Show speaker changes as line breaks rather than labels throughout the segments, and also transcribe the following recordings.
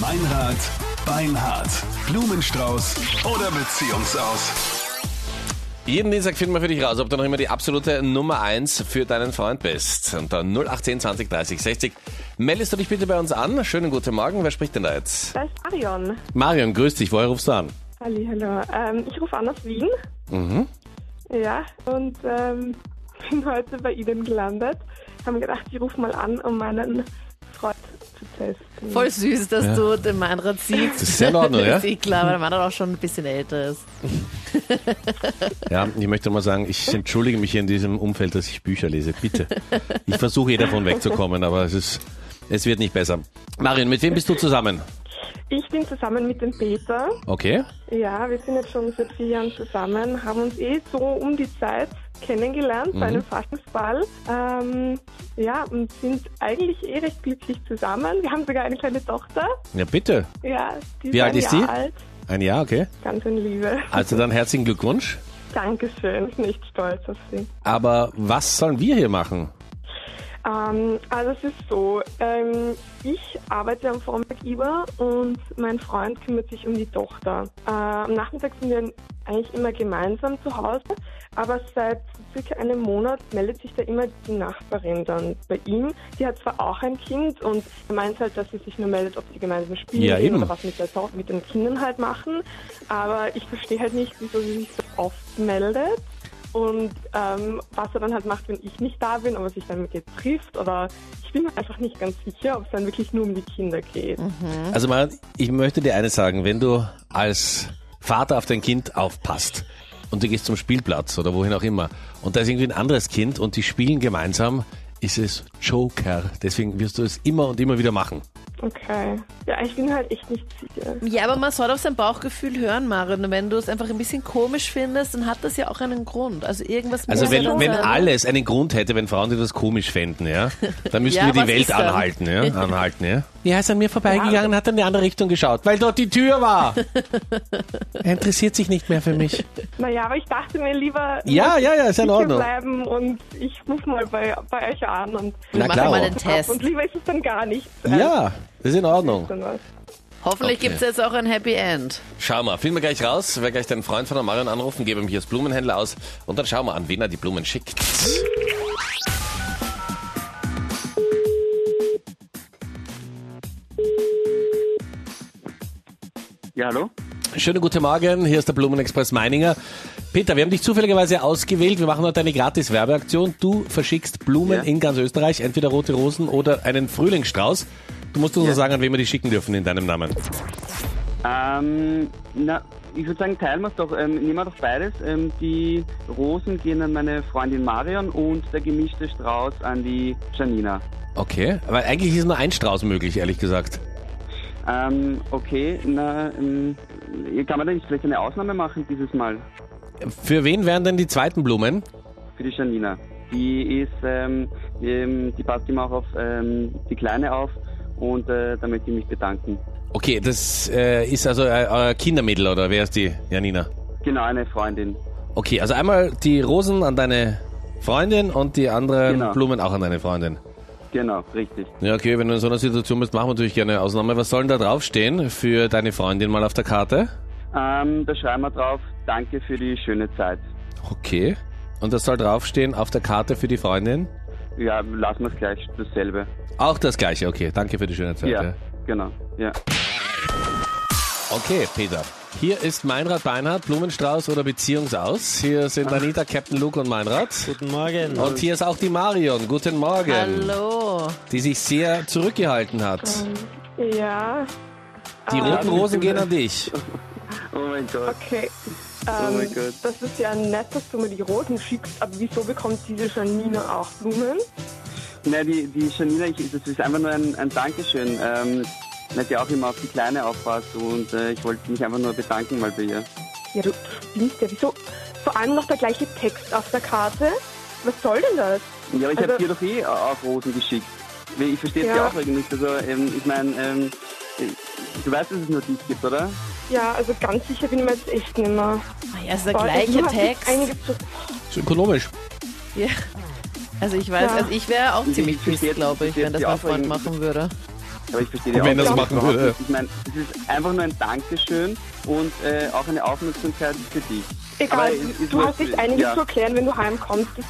Meinrad, Beinhard, Blumenstrauß oder Beziehungsaus.
Jeden Dienstag finden wir für dich raus, ob du noch immer die absolute Nummer 1 für deinen Freund bist. Unter 018 20 30 60 meldest du dich bitte bei uns an. Schönen guten Morgen. Wer spricht denn da jetzt?
Da ist Marion.
Marion, grüß dich. Woher rufst du an?
Hallihallo. Ähm, ich rufe an aus Wien.
Mhm.
Ja, und ähm, bin heute bei Ihnen gelandet. Haben mir gedacht, ich rufe mal an, um meinen Freund zu testen.
Voll süß, dass du den Meinrad siehst.
Das ist ja in Ordnung, ja?
Ist eh klar, weil der Meinrad auch schon ein bisschen älter ist.
Ja, ich möchte mal sagen, ich entschuldige mich hier in diesem Umfeld, dass ich Bücher lese. Bitte. Ich versuche hier davon wegzukommen, aber es ist, es wird nicht besser. Marion, mit wem bist du zusammen?
Ich bin zusammen mit dem Peter.
Okay.
Ja, wir sind jetzt schon seit vier Jahren zusammen, haben uns eh so um die Zeit kennengelernt
Mhm.
bei einem Faschingsball. Ähm, ja, und sind eigentlich eh recht glücklich zusammen. Wir haben sogar eine kleine Tochter.
Ja, bitte.
Ja, die
Wie
ist
alt
ein
ist
Jahr
sie?
alt.
Ein Jahr, okay.
Ganz in Liebe.
Also dann herzlichen Glückwunsch.
Dankeschön, ich bin echt stolz auf sie.
Aber was sollen wir hier machen?
Ähm, also es ist so, ähm, ich arbeite am Vormittag über und mein Freund kümmert sich um die Tochter. Äh, am Nachmittag sind wir eigentlich immer gemeinsam zu Hause, aber seit circa einem Monat meldet sich da immer die Nachbarin dann bei ihm. Die hat zwar auch ein Kind und er meint halt, dass sie sich nur meldet, ob sie gemeinsam spielen
Ja,
gehen
eben.
oder was mit, der, To- mit den Kindern halt machen, aber ich verstehe halt nicht, wieso sie sich so oft meldet. Und ähm, was er dann halt macht, wenn ich nicht da bin, ob er sich dann mit ihr trifft oder ich bin mir einfach nicht ganz sicher, ob es dann wirklich nur um die Kinder geht.
Also Marion, ich möchte dir eines sagen, wenn du als Vater auf dein Kind aufpasst und du gehst zum Spielplatz oder wohin auch immer und da ist irgendwie ein anderes Kind und die spielen gemeinsam, ist es Joker. Deswegen wirst du es immer und immer wieder machen.
Okay. Ja, ich bin halt echt nicht sicher.
Ja, aber man soll auf sein Bauchgefühl hören, Maren. Und Wenn du es einfach ein bisschen komisch findest, dann hat das ja auch einen Grund. Also irgendwas
Also
muss
wenn,
ja dann
wenn
sein.
alles einen Grund hätte, wenn Frauen etwas komisch fänden, ja, dann müssten
Ja,
wir die
was
Welt
ist dann?
anhalten, ja, anhalten, ja. Ja, er ist an mir vorbeigegangen und hat in die andere Richtung geschaut, weil dort die Tür war. er interessiert sich nicht mehr für mich.
Naja, aber ich dachte mir lieber,
Ja, ja, ja, ist ja in
sicher
Ordnung.
bleiben und ich rufe mal bei, bei euch an und,
Na
Wir machen
klar.
mal einen Test.
und lieber ist es dann gar nichts.
Ja, das ist in Ordnung.
Als dann was.
Hoffentlich
Okay.
gibt's jetzt auch ein Happy End.
Schau mal, finden wir gleich raus. Wer gleich deinen Freund von der Marion anrufen, gebe ihm hier das Blumenhändler aus und dann schauen wir an, wen er die Blumen schickt.
Ja, hallo?
Schönen guten Morgen, hier ist der Blumenexpress Meininger. Peter, wir haben dich zufälligerweise ausgewählt. Wir machen heute eine gratis Werbeaktion. Du verschickst Blumen
Ja.
in ganz Österreich, entweder rote Rosen oder einen Frühlingsstrauß. Du musst uns nur sagen, an wen wir die schicken dürfen in deinem Namen.
Ähm, na, ich würde sagen, teilen wir es doch. Ähm, nehmen wir doch beides. Ähm, die Rosen gehen an meine Freundin Marion und der gemischte Strauß an die Janina.
Okay, weil eigentlich ist nur ein Strauß möglich, ehrlich gesagt.
Ähm, okay, na, ähm, kann man da nicht vielleicht eine Ausnahme machen dieses Mal
Für wen wären denn die zweiten Blumen?
für die Janina? Die ist, ähm, ähm, die passt immer auch auf ähm, die Kleine auf und äh, da möchte ich mich bedanken.
Okay, das äh, ist also äh, euer Kindermädel oder wer ist die? Janina.
Genau, eine Freundin.
Okay, also einmal die Rosen an deine Freundin und die anderen
Genau.
Blumen auch an deine Freundin.
Genau, richtig.
Ja, okay, wenn du in so einer Situation bist, machen wir natürlich gerne eine Ausnahme. Was soll denn da draufstehen für deine Freundin mal auf der Karte?
Ähm, da schreiben wir drauf, danke für die schöne Zeit.
Okay. Und das soll draufstehen auf der Karte für die Freundin?
Ja, lassen wir es gleich dasselbe.
Auch das gleiche, okay. Danke für die schöne Zeit.
Ja,
ja.
genau. Ja.
Okay, Peter. Hier ist Meinrad Beinhardt, Blumenstrauß oder Beziehungsaus. Hier sind Anita, Captain Luke und Meinrad.
Guten Morgen.
Und hier ist auch die Marion. Guten Morgen.
Hallo.
Die sich sehr zurückgehalten hat.
Ja, Ähm,
Die roten Rosen gehen an dich.
Oh mein Gott.
okay.
Oh
Ähm,
mein Gott.
das ist ja nett, dass du mir die Roten schickst, aber wieso bekommt diese Janina auch Blumen?
Nein, die, die Janina, ich, das ist einfach nur ein, ein Dankeschön. Ähm, weil die auch immer auf die Kleine aufpasst und äh, ich wollte mich einfach nur bedanken mal bei ihr.
Ja, du spinnst ja. Wieso? Vor allem noch der gleiche Text auf der Karte. Was soll denn das?
Ja, aber ich
Also-
habe dir doch eh auch Rosen geschickt. Ich verstehe es
Ja.
ja auch irgendwie nicht. Also ähm, ich meine, ähm, du weißt, dass es nur dich gibt, oder?
Ja, also ganz sicher bin ich mir jetzt echt nimmer.
Ah Ja, ist der
Boah,
gleiche
du hast jetzt
Text.
Einiges zu
Ist ökonomisch.
Ja. Also ich weiß,
Ja.
also ich wäre auch
Ich-
ziemlich
ich
pissed,
verstehe-
glaube ich,
verstehe
wenn das
die
mein Freund
Aufregung.
machen würde.
Aber ich verstehe die
Und wenn das
Aufgabe
machen
überhaupt
würde.
nicht. Also, Ich meine, es ist einfach nur ein Dankeschön und äh, auch eine Aufmerksamkeit für dich.
Egal,
es ist- es
du hast
wurscht.
nicht einiges
ja,
zu erklären, wenn du heimkommst. Das,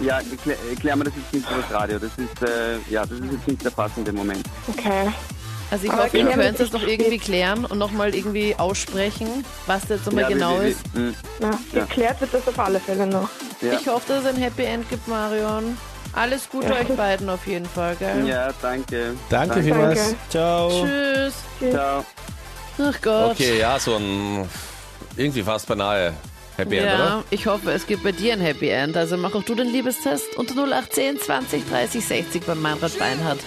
Ja, erklär, erklär mir das jetzt nicht über das Radio. Das ist, äh, ja, das ist jetzt nicht der passende Moment.
okay.
Also ich
Aber
hoffe, ihr
Clemens,
könnt das
ich
noch
verstehe-
irgendwie klären und nochmal irgendwie aussprechen, was das nochmal
ja, wir-
genau
wir-
ist.
wir- mm,
Na,
Ja.
geklärt wird das auf alle Fälle noch.
ja.
Ich hoffe, dass es ein Happy End gibt, Marion. Alles Gute
Ja.
euch beiden auf jeden Fall, gell?
ja, danke.
Danke
danke.
vielmals.
Danke.
Ciao.
Tschüss.
Ciao.
Ach Gott.
Okay, ja, so ein irgendwie fast beinahe Happy End, oder?
Ja, ich hoffe, es gibt bei dir ein Happy End. Also mach auch du den Liebestest unter 0810 20 30 60 beim Meinrad Beinhardt.